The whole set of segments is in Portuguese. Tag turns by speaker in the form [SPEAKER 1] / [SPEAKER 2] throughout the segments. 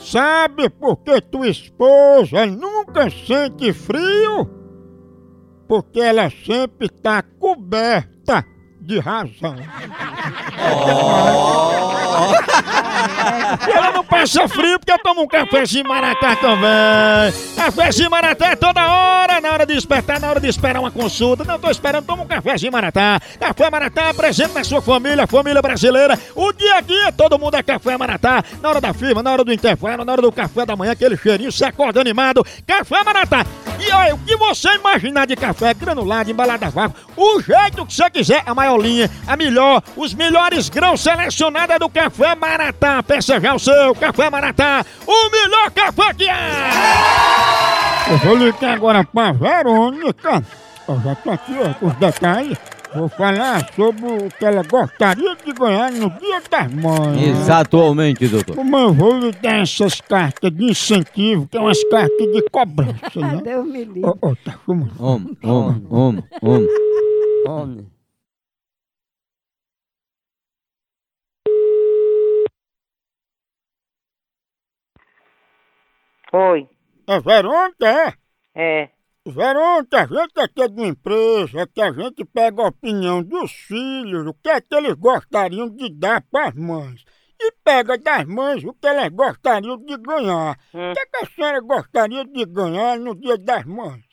[SPEAKER 1] Sabe por que tua esposa nunca sente frio? Porque ela sempre tá coberta de razão. E Ela não passa frio porque eu tomo um cafezinho Maratá também. Cafezinho Maratá é toda hora, na hora de despertar, na hora de esperar uma consulta. Não tô esperando, toma um cafezinho Maratá. Café Maratá é presente na sua família, família brasileira. O dia a dia, todo mundo é café Maratá. Na hora da firma, na hora do intervalo, na hora do café da manhã, aquele cheirinho, se acorda animado. Café Maratá. E olha, o que você imaginar de café, granulado, embalado a vácuo, o jeito que você quiser, a maior linha, a melhor, os melhores grãos selecionados é do Café Maratá. Peça já o seu Café Maratá, o melhor café que é! Eu vou ligar agora pra Verônica. Eu já tô aqui ó, com os detalhes. Vou falar sobre o que ela gostaria de ganhar no Dia das Mães.
[SPEAKER 2] Exatamente, doutor.
[SPEAKER 1] Como eu vou lhe dar essas cartas de incentivo, que é umas cartas de cobrança, né?
[SPEAKER 3] Deus me livre.
[SPEAKER 1] Ô, ô, tá fumando.
[SPEAKER 2] Homem, homem, homem, homem. Homem.
[SPEAKER 4] Oi,
[SPEAKER 1] É Verônica, é?
[SPEAKER 4] é.
[SPEAKER 1] Verônica, a gente aqui é de uma empresa que a gente pega a opinião dos filhos, o que é que eles gostariam de dar para as mães. E pega das mães o que elas gostariam de ganhar. O que, é que a senhora gostaria de ganhar no dia das mães?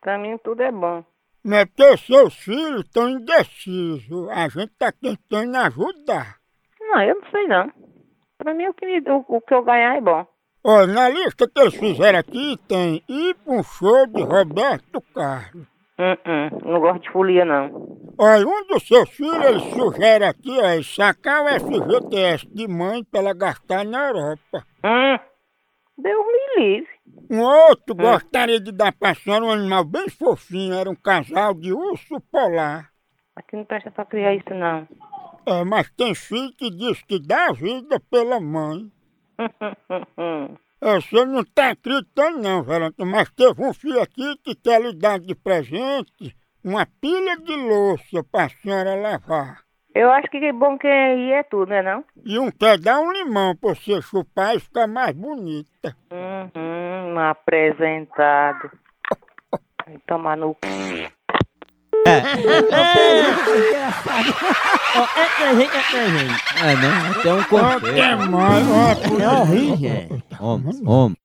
[SPEAKER 4] Pra mim tudo é bom.
[SPEAKER 1] Não é porque seus filhos estão indecisos. A gente está tentando ajudar.
[SPEAKER 4] Não, eu não sei não. Pra mim o que, me- o, o que eu ganhar é bom.
[SPEAKER 1] Olha, na lista que eles fizeram aqui tem ir para um show de Roberto Carlos.
[SPEAKER 4] Hum, hum, não gosto de folia não.
[SPEAKER 1] Olha, um dos seus filhos ele sugere aqui, ó, sacar o FGTS de mãe pra ela gastar na Europa.
[SPEAKER 4] Hum, Deus me livre.
[SPEAKER 1] Um outro gostaria de dar pra senhora um animal bem fofinho, era um casal de urso polar.
[SPEAKER 4] Aqui não presta pra criar isso não.
[SPEAKER 1] É, mas tem filho que diz que dá a vida pela mãe. É, Você não tá acreditando não, Verônica, mas teve um filho aqui que quer lhe dar de presente uma pilha de louça pra senhora lavar.
[SPEAKER 4] Eu acho que é bom que aí é tudo, né não?
[SPEAKER 1] E um quer dar um limão pra você chupar e ficar mais bonita.
[SPEAKER 4] Uhum, um apresentado. Vai tomar no c...
[SPEAKER 2] É, né? Até um
[SPEAKER 1] Até
[SPEAKER 2] conselho.
[SPEAKER 1] mais, ó, por-
[SPEAKER 2] Homem, homem.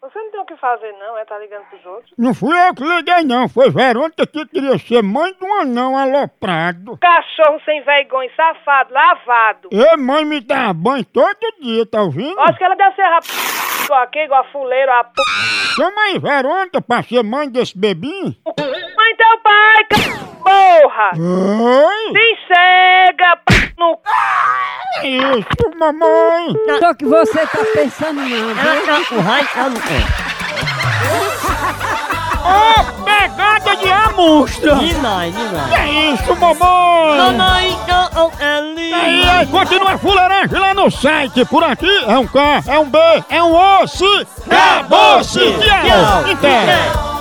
[SPEAKER 5] Você não tem o que fazer, não, é tá ligando pros outros.
[SPEAKER 1] Não fui eu que liguei não, foi Verônica que queria ser mãe de um anão aloprado.
[SPEAKER 5] Cachorro sem vergonha, safado, lavado.
[SPEAKER 1] E mãe me dá banho todo dia, tá ouvindo?
[SPEAKER 5] Eu acho que ela deve ser rap... igual aqui, igual a fuleiro, a p...
[SPEAKER 1] Chama aí Verônica pra ser mãe desse bebinho.
[SPEAKER 5] Mãe teu então, pai, c... porra!
[SPEAKER 1] Oi,
[SPEAKER 5] Se enxerga, p... no c...
[SPEAKER 1] que isso, mamãe.
[SPEAKER 3] Não tô que você tá pensando não, viu?
[SPEAKER 1] Ô, pegada de amostra. Que isso, mamãe. Aí, aí, continua a fuleiragem lá no site. Por aqui é um K, é um B, é um O, se... Acabou-se! Tchau! Então...